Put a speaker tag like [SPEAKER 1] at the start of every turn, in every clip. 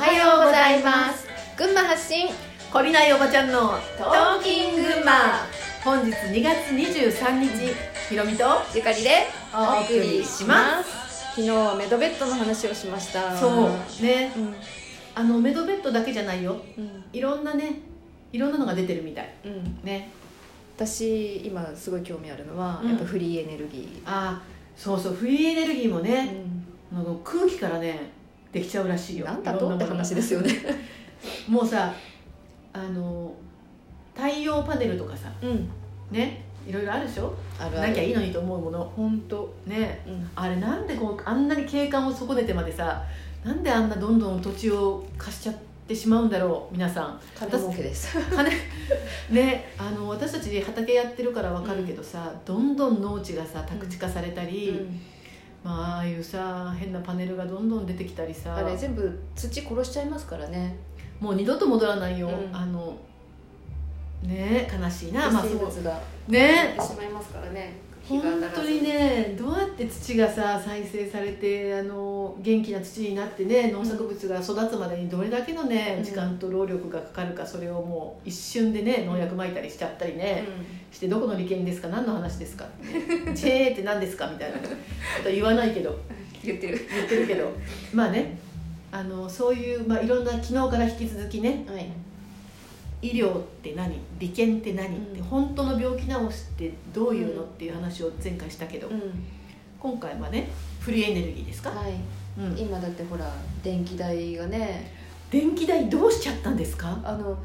[SPEAKER 1] ざいます
[SPEAKER 2] 群馬発信
[SPEAKER 1] 懲りないおばちゃんのト
[SPEAKER 2] ー
[SPEAKER 1] ー
[SPEAKER 2] キ
[SPEAKER 1] キ
[SPEAKER 2] ン
[SPEAKER 1] ン
[SPEAKER 2] グ
[SPEAKER 1] グ
[SPEAKER 2] マ
[SPEAKER 1] マ本日2月23日ひろみと
[SPEAKER 2] ゆかりで
[SPEAKER 1] お送りします
[SPEAKER 2] 昨日はメドベッドの話をしました
[SPEAKER 1] そうね
[SPEAKER 2] うん
[SPEAKER 1] あのメドベッドだけじゃないよ
[SPEAKER 2] うん
[SPEAKER 1] いろんなねいろんなのが出てるみたい
[SPEAKER 2] うん
[SPEAKER 1] ね
[SPEAKER 2] 私今すごい興味あるのは、
[SPEAKER 1] うん
[SPEAKER 2] やっぱフリーエネルギ
[SPEAKER 1] ああそうそうフリーエネルギーも
[SPEAKER 2] ー、
[SPEAKER 1] ね、あの空気からねできちゃうらしいよ
[SPEAKER 2] なんだとって話ですすよね
[SPEAKER 1] もうさあの太陽パネルとかさ
[SPEAKER 2] うん
[SPEAKER 1] ねいろいろあるでしょ
[SPEAKER 2] あるあ
[SPEAKER 1] な
[SPEAKER 2] る
[SPEAKER 1] きゃいいのにと思うもの
[SPEAKER 2] 本当
[SPEAKER 1] ね
[SPEAKER 2] うん
[SPEAKER 1] あれなんでこうあんなに景観を損ねてまでさなんであんなどんどん土地を貸しちゃってしまうんだろう皆さん
[SPEAKER 2] 金儲けです
[SPEAKER 1] 金ねあの私たち畑やってるからわかるけどさ、どんどん農地がさ宅地化されたり、
[SPEAKER 2] うん
[SPEAKER 1] まあああいうさ変なパネルがどんどん出てきたりさ
[SPEAKER 2] あれ全部土殺しちゃいますからね
[SPEAKER 1] もう二度と戻らないよ、
[SPEAKER 2] うん
[SPEAKER 1] あのね悲しいなまあ
[SPEAKER 2] 生
[SPEAKER 1] そ
[SPEAKER 2] 物
[SPEAKER 1] う
[SPEAKER 2] がやっ
[SPEAKER 1] ね
[SPEAKER 2] てしまいますからね
[SPEAKER 1] 本当に
[SPEAKER 2] ね
[SPEAKER 1] ねどうやって土がさ再生されてあの元気な土になってね農作物が育つまでにどれだけのね、
[SPEAKER 2] うん
[SPEAKER 1] 時間と労力がかかるかそれをもう一瞬でね農薬まいたりしちゃったりね、してどこの利権ですか何の話ですか ってねチェーって何ですかみたいなこと言わないけど
[SPEAKER 2] 言ってる
[SPEAKER 1] 言ってるけどまあねあのそういう、まあ、いろんな昨日から引き続きね
[SPEAKER 2] はい
[SPEAKER 1] 医療って何利権って何、って
[SPEAKER 2] うん
[SPEAKER 1] 本当の病気治しってどういうのっていう話を前回したけど、
[SPEAKER 2] うん
[SPEAKER 1] 今回はねフリーエネルギーですか、
[SPEAKER 2] はい
[SPEAKER 1] うん
[SPEAKER 2] 今だってほら電気代がね
[SPEAKER 1] 電気代どうしちゃったんですか
[SPEAKER 2] あの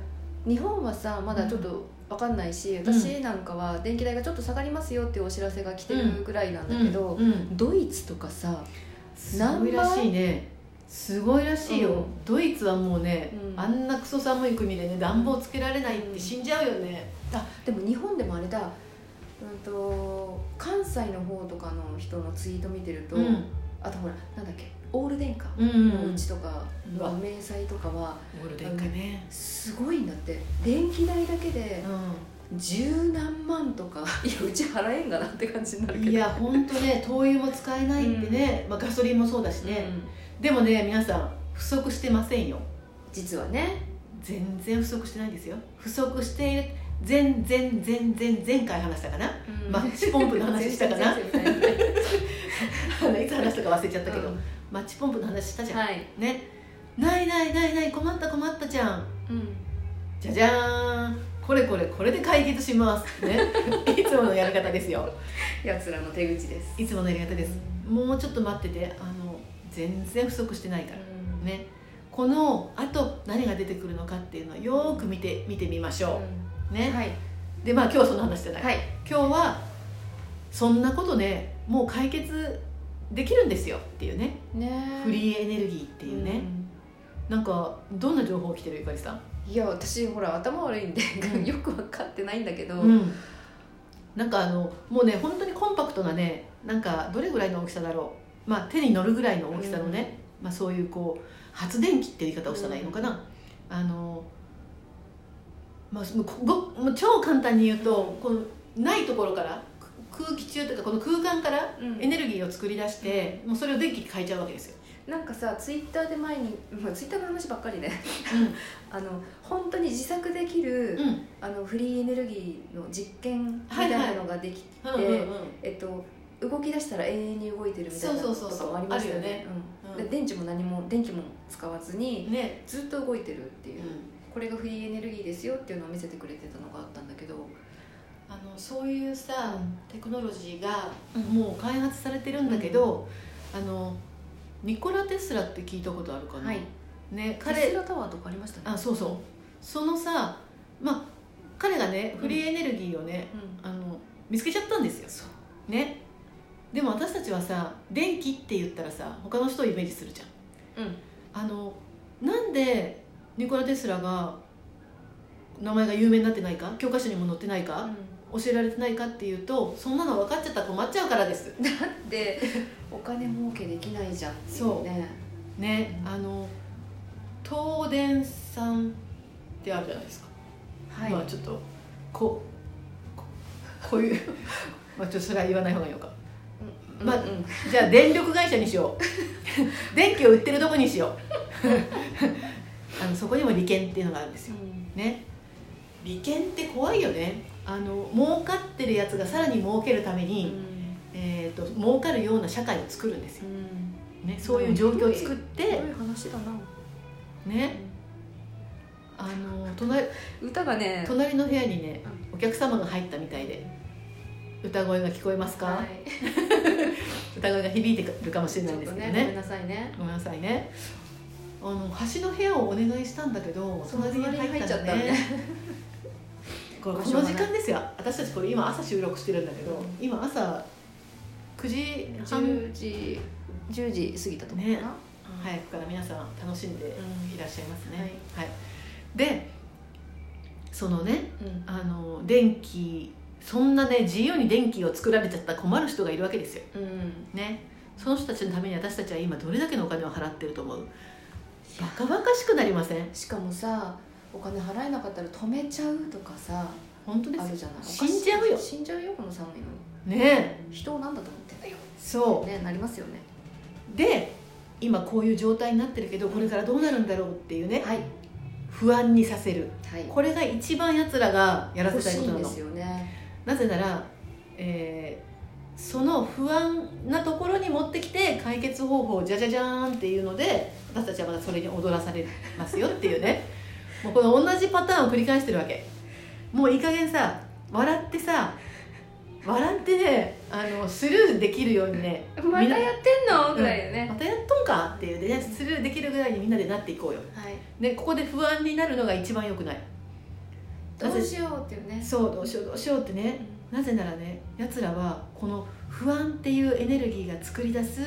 [SPEAKER 2] 日本はさまだちょっと分かんないし私なんかは電気代がちょっと下がりますよっていうお知らせが来てるぐらいなんだけど
[SPEAKER 1] うんうん
[SPEAKER 2] ドイツとかさ
[SPEAKER 1] すごいらしいねすごいらしいよ、
[SPEAKER 2] うん
[SPEAKER 1] ドイツはもうね、
[SPEAKER 2] うん
[SPEAKER 1] あんなクソ寒い国でね暖房つけられないっ
[SPEAKER 2] う
[SPEAKER 1] て
[SPEAKER 2] ん
[SPEAKER 1] 死んじゃうよね、
[SPEAKER 2] あでも日本でもあれだうんと関西の方とかの人のツイート見てると、あとほらなんだっけオール電化
[SPEAKER 1] うんうん
[SPEAKER 2] のうちとか
[SPEAKER 1] うわ
[SPEAKER 2] の明細とかは
[SPEAKER 1] オール電化ね、
[SPEAKER 2] すごいんだって電気代だけで十何万とかいやうち払えんかなって感じになるけど
[SPEAKER 1] いやほんとね灯油も使えないってね、まあ、ガソリンもそうだし
[SPEAKER 2] ね、
[SPEAKER 1] ね、でもね皆さん不足してませんよ
[SPEAKER 2] 実はね
[SPEAKER 1] 全然不足してないんですよ不足している全然全然前回話したかなマ ッチポンプの話したかな
[SPEAKER 2] 全然全然全
[SPEAKER 1] あのいつ話したか忘れちゃったけ
[SPEAKER 2] 然
[SPEAKER 1] ど、
[SPEAKER 2] うん
[SPEAKER 1] マッチポンプの話 したじゃん、
[SPEAKER 2] はい、
[SPEAKER 1] ねないないないない困った困ったじゃん
[SPEAKER 2] うん、
[SPEAKER 1] じゃじゃーんこれこれこれで解決しますね いつものやり方ですよ
[SPEAKER 2] やつらの手口です
[SPEAKER 1] いつものやり方ですもうちょっと待っててあの全然不足してないから
[SPEAKER 2] うん
[SPEAKER 1] ねこのあと何が出てくるのかっていうのをよーく見て見てみましょ
[SPEAKER 2] う
[SPEAKER 1] うんね、
[SPEAKER 2] はい
[SPEAKER 1] でまあ今日はその話じゃない、
[SPEAKER 2] はい
[SPEAKER 1] 今日はそんなことでもう解決できるんですよっていうね
[SPEAKER 2] ね
[SPEAKER 1] フリーエネルギーって
[SPEAKER 2] ー
[SPEAKER 1] いうね、なんかどんな情報来てるゆかりさん、
[SPEAKER 2] いや私ほら頭悪いんで
[SPEAKER 1] うん
[SPEAKER 2] よく分かってないんだけど、
[SPEAKER 1] ん、なんかあのもうね本当にコンパクトなねなんかどれぐらいの大きさだろう、まあ、手に乗るぐらいの大きさのね、まあ、そういうこう発電機っていう言い方をしたらいいのかな、あの、まあ、もうこごもう超簡単に言うとこのないところからく空気中というかこの空間から
[SPEAKER 2] うん
[SPEAKER 1] エネルギーを作り出して、もうそれを電気に変えちゃうわけですよ。
[SPEAKER 2] なんかさツイッターで前に、まあ、ツイッターの話ばっかりね あの本当に自作できる、
[SPEAKER 1] うん、
[SPEAKER 2] あのフリーエネルギーの実験みたいなのができて、
[SPEAKER 1] うんうんうん
[SPEAKER 2] えっと、動き出したら永遠に動いてるみたいな
[SPEAKER 1] そ
[SPEAKER 2] と
[SPEAKER 1] うそうそう
[SPEAKER 2] か
[SPEAKER 1] そう
[SPEAKER 2] もありましたよね
[SPEAKER 1] あるよね
[SPEAKER 2] うんで
[SPEAKER 1] うん
[SPEAKER 2] 電池も何も電気も使わずに
[SPEAKER 1] ね、
[SPEAKER 2] ずっと動いてるっていうう、
[SPEAKER 1] ん
[SPEAKER 2] これがフリーエネルギーですよっていうのを見せてくれてたのがあったんだけど、
[SPEAKER 1] あのそういうさ、
[SPEAKER 2] うん
[SPEAKER 1] テクノロジーが
[SPEAKER 2] うん
[SPEAKER 1] もう開発されてるんだけど、あのニコラ・テスラって聞いたことあるかな、
[SPEAKER 2] はい
[SPEAKER 1] ね、
[SPEAKER 2] テス
[SPEAKER 1] 彼
[SPEAKER 2] ラタワーとかありましたね
[SPEAKER 1] あそうそうそのさまあ彼がねフリーエネルギーをね、
[SPEAKER 2] うん
[SPEAKER 1] あの見つけちゃったんですよ
[SPEAKER 2] そう
[SPEAKER 1] ねでも私たちはさ電気って言ったらさ他の人をイメージするじゃん、
[SPEAKER 2] うん
[SPEAKER 1] あのなんでニコラ・テスラが名前が有名になってないか教科書にも載ってないか、教えられてないかっていうとそんなの分かっちゃったら困っちゃうからです
[SPEAKER 2] うんでお金儲けできないじゃんっていうね
[SPEAKER 1] ねあの東電さんってあるじゃないですか、
[SPEAKER 2] はい、
[SPEAKER 1] まあちょっとこここういう まあちょっとそれは言わない方がいいのか
[SPEAKER 2] うん
[SPEAKER 1] まあ
[SPEAKER 2] うん
[SPEAKER 1] じゃあ 電力会社にしよう電気を売ってるとこにしよう あのそこにも利権っていうのがあるんですよ
[SPEAKER 2] うん
[SPEAKER 1] ね利権って怖いよねあの儲かってるやつがさらに儲けるため
[SPEAKER 2] う
[SPEAKER 1] に、
[SPEAKER 2] ん
[SPEAKER 1] えー、と儲かるような社会を作るんですよ、
[SPEAKER 2] うん
[SPEAKER 1] ね、そういう状況を作っ
[SPEAKER 2] す
[SPEAKER 1] て
[SPEAKER 2] ごい話だな
[SPEAKER 1] ねあの隣
[SPEAKER 2] 歌がね
[SPEAKER 1] 隣の部屋にねお客様が入ったみたいで歌声が聞こえますか、
[SPEAKER 2] はい
[SPEAKER 1] 歌声が響いてくるかもしれ
[SPEAKER 2] ち
[SPEAKER 1] な
[SPEAKER 2] ょ
[SPEAKER 1] いん
[SPEAKER 2] っ
[SPEAKER 1] で
[SPEAKER 2] と
[SPEAKER 1] すけど
[SPEAKER 2] ね
[SPEAKER 1] ね
[SPEAKER 2] ごめんなさいね
[SPEAKER 1] ごめんなさいねあの端の部屋をお願いしたんだけど
[SPEAKER 2] そう
[SPEAKER 1] 隣に入っちゃった
[SPEAKER 2] 隣に
[SPEAKER 1] ね
[SPEAKER 2] 入っ
[SPEAKER 1] これ
[SPEAKER 2] まあ
[SPEAKER 1] こ
[SPEAKER 2] しょう
[SPEAKER 1] の
[SPEAKER 2] がな
[SPEAKER 1] 時
[SPEAKER 2] い
[SPEAKER 1] 間ですよ私たちこれ今朝収録してるんだけど、
[SPEAKER 2] うん
[SPEAKER 1] 今朝9時半
[SPEAKER 2] 10時10時過ぎたと思うかな、
[SPEAKER 1] ね早くから皆さん楽しんでいらっしゃいますね、
[SPEAKER 2] はい
[SPEAKER 1] はい、でそのね
[SPEAKER 2] うんうん
[SPEAKER 1] あの電気そんなね自由に電気を作られちゃったら困る人がいるわけですよ
[SPEAKER 2] うん
[SPEAKER 1] ねその人たちのために私たちは今どれだけのお金を払ってると思うバカバカしくなりません
[SPEAKER 2] しかもさお金払えなかったら止めちゃうとかさ
[SPEAKER 1] 本当で
[SPEAKER 2] あ
[SPEAKER 1] す
[SPEAKER 2] るじゃない
[SPEAKER 1] 死んじゃうよ
[SPEAKER 2] 死んじゃうよこの寒いの
[SPEAKER 1] ね
[SPEAKER 2] に人をなんだと思ってんだよ
[SPEAKER 1] えそ
[SPEAKER 2] ねなりますよね
[SPEAKER 1] うで今こういう状態になってるけどこれからどうなるんだろうっていうね
[SPEAKER 2] はい
[SPEAKER 1] 不安にさせる
[SPEAKER 2] はい
[SPEAKER 1] これが一番やつらがやら
[SPEAKER 2] 欲
[SPEAKER 1] せた
[SPEAKER 2] し
[SPEAKER 1] い
[SPEAKER 2] い
[SPEAKER 1] こと
[SPEAKER 2] ん
[SPEAKER 1] な
[SPEAKER 2] で
[SPEAKER 1] の
[SPEAKER 2] すよね
[SPEAKER 1] なぜなら、えーその不安なところに持ってきて解決方法をじゃじゃじゃーんっていうので私たちはまだそれに踊らされますよっていうね もうこの同じパターンを繰り返してるわけもういい加減さ笑ってさ笑ってねあのスルーできるようにね
[SPEAKER 2] ま
[SPEAKER 1] たや
[SPEAKER 2] ってんの
[SPEAKER 1] ぐらい
[SPEAKER 2] よ
[SPEAKER 1] またやっとんかっていうで、ね、スルーできるぐらいにみんなでなっていこうよ
[SPEAKER 2] はい
[SPEAKER 1] でここで不安になるのが一番良くない
[SPEAKER 2] どうしようっていうね
[SPEAKER 1] そうどうしようどうしようってねなぜならねやつらはこの不安っていうエネルギーが作り出す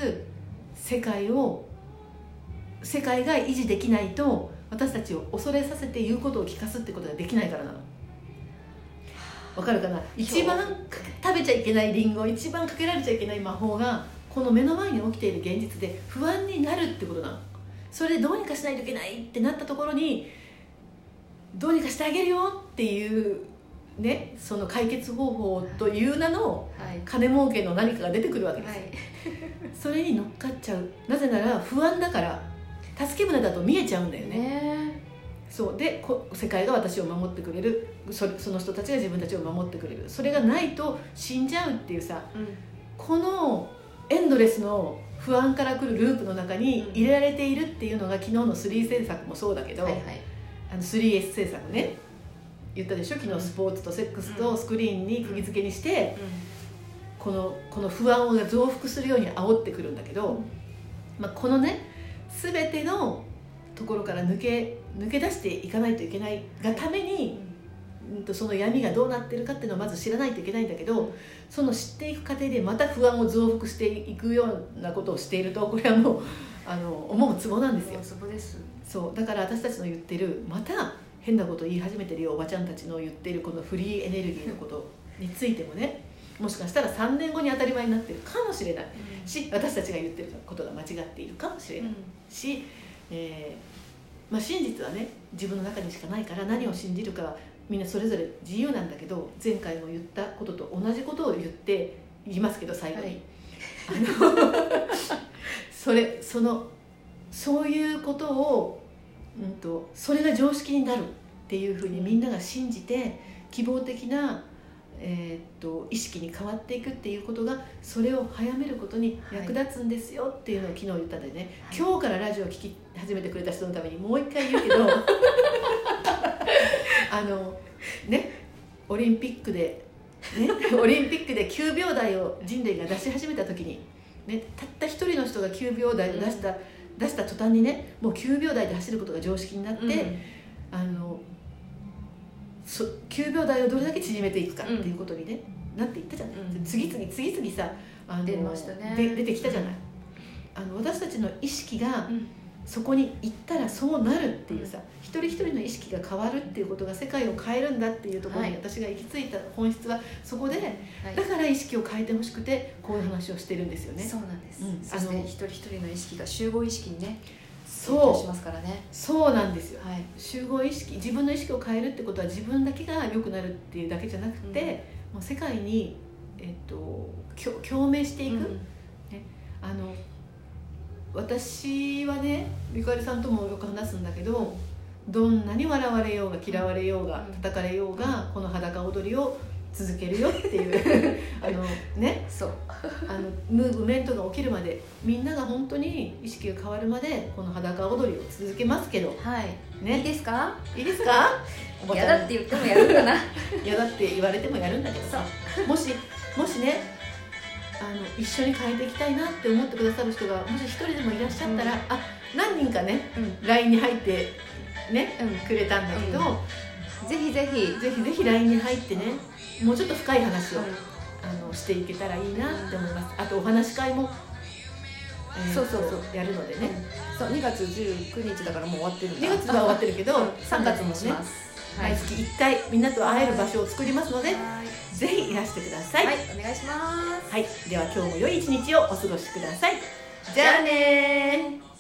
[SPEAKER 1] 世界を世界が維持できないと私たちを恐れさせて言うことを聞かすってことができないからなのわかるかな一番か食べちゃいけないリンゴ一番かけられちゃいけない魔法がこの目の前に起きている現実で不安になるってことなのそれでどうにかしないといけないってなったところにどうにかしてあげるよっていうねその解決方法という名の
[SPEAKER 2] はい
[SPEAKER 1] 金儲けの何かが出てくるわけです、
[SPEAKER 2] はい
[SPEAKER 1] それに乗っかっちゃうなぜなら不安だから助け舟だと見えちゃうんだよね
[SPEAKER 2] ね
[SPEAKER 1] そうでこ世界が私を守ってくれるそその人たちが自分たちを守ってくれるそれがないと死んじゃうっていうさ
[SPEAKER 2] うん
[SPEAKER 1] このエンドレスの不安から来るループの中に入れられているっていうのが昨日の3制作もそうだけど、
[SPEAKER 2] はいはい
[SPEAKER 1] あの 3S 制作ね言ったでしょ昨日スポーツとセックスとスクリーンに釘付けにして、このこの不安を増幅するように煽ってくるんだけど、まあ、このね全てのところから抜け抜け出していかないといけないがために、うん、とその闇がどうなってるかっていうのをまず知らないといけないんだけどその知っていく過程でまた不安を増幅していくようなことをしているとこれはもうあの思うツボなんですよ
[SPEAKER 2] もう。そこです
[SPEAKER 1] そうだから私たちの言ってるまた変なこと言い始めてるよおばちゃんたちの言ってるこのフリーエネルギーのことについてもねもしかしたら3年後に当たり前になってるかもしれないし私たちが言ってることが間違っているかもしれないし、えーまあ、真実はね自分の中にしかないから何を信じるかはみんなそれぞれ自由なんだけど前回も言ったことと同じことを言って言いますけど最後に、
[SPEAKER 2] はい
[SPEAKER 1] あの それそのそういうことを、うん、とそれが常識になるっていうふうにみんなが信じて希望的な、えーっと意識に変わっていくっていうことがそれを早めることに役立つんですよっていうのを昨日言ったんでね、
[SPEAKER 2] はい
[SPEAKER 1] 今日からラジオを聞き始めてくれた人のためにもう一回言う けどあのねオリンピックで、ね、オリンピックで9秒台を人類が出し始めた時に、ね、たった一人の人が9秒台を出した、出した途端にねもう9秒台で走ることが常識になって、
[SPEAKER 2] うん
[SPEAKER 1] あのそ9秒台をどれだけ縮めていくかっていうことに、ねなっていったじゃない、
[SPEAKER 2] うん
[SPEAKER 1] 次々次々さあの
[SPEAKER 2] 出ましたね
[SPEAKER 1] で出てきたじゃないあの私たちの意識が
[SPEAKER 2] うん
[SPEAKER 1] そこに行ったらそうなるっていうさ、一人一人の意識が変わるっていうことが世界を変えるんだっていうところに
[SPEAKER 2] はい
[SPEAKER 1] 私が行き着いた本質はそこで、
[SPEAKER 2] はい
[SPEAKER 1] だから意識を変えてほしくてこういう話をしてるんですよね。
[SPEAKER 2] そうなんです、
[SPEAKER 1] うん
[SPEAKER 2] そし
[SPEAKER 1] あ
[SPEAKER 2] て
[SPEAKER 1] の
[SPEAKER 2] 一人一人の意識が集合意識にね影響し
[SPEAKER 1] そう
[SPEAKER 2] ますからね
[SPEAKER 1] そうなんですよ
[SPEAKER 2] はい
[SPEAKER 1] 集合意識自分の意識を変えるってことは自分だけが良くなるっていうだけじゃなくて、
[SPEAKER 2] うん
[SPEAKER 1] もう世界に、えっと、きょ共鳴していく、
[SPEAKER 2] うん
[SPEAKER 1] あの私はねゆかりさんともよく話すんだけどどんなに笑われようが嫌われようが
[SPEAKER 2] うん
[SPEAKER 1] 叩かれようがこの裸踊りを続けるよって いうあのね
[SPEAKER 2] そう
[SPEAKER 1] あのムーブメントが起きるまでみんなが本当に意識が変わるまでこの裸踊りを続けますけど
[SPEAKER 2] はい、いい
[SPEAKER 1] ね
[SPEAKER 2] ですか
[SPEAKER 1] いいですかおばち
[SPEAKER 2] 嫌
[SPEAKER 1] ゃ
[SPEAKER 2] だ
[SPEAKER 1] ん
[SPEAKER 2] って言ってもやるかな
[SPEAKER 1] 嫌だって言われてもやるんだけどさもしもしねあの一緒に変えていきたいなって思ってくださる人がもし一人でもいらっしゃったら、
[SPEAKER 2] うん
[SPEAKER 1] あ何人かね
[SPEAKER 2] うん
[SPEAKER 1] LINE に入ってね
[SPEAKER 2] う
[SPEAKER 1] くれたんだけど、
[SPEAKER 2] んぜひぜひ
[SPEAKER 1] ぜひぜひ LINE に入ってねもうちょっと深い話を、
[SPEAKER 2] う
[SPEAKER 1] あのしていけたらいいなって思いますあとお話し会も、え
[SPEAKER 2] そうそうそう
[SPEAKER 1] やるので
[SPEAKER 2] んね
[SPEAKER 1] ね、
[SPEAKER 2] そう2月19日だからもう終わってるんだ
[SPEAKER 1] 2月は終 わってるけど
[SPEAKER 2] うん
[SPEAKER 1] 3月も
[SPEAKER 2] し
[SPEAKER 1] ね
[SPEAKER 2] ますはい
[SPEAKER 1] 毎月1回みんなと会える場所を作りますのでぜひいらしてください、
[SPEAKER 2] はい、お願いします
[SPEAKER 1] はい、では今日も良い一日をお過ごしください。じゃあねー。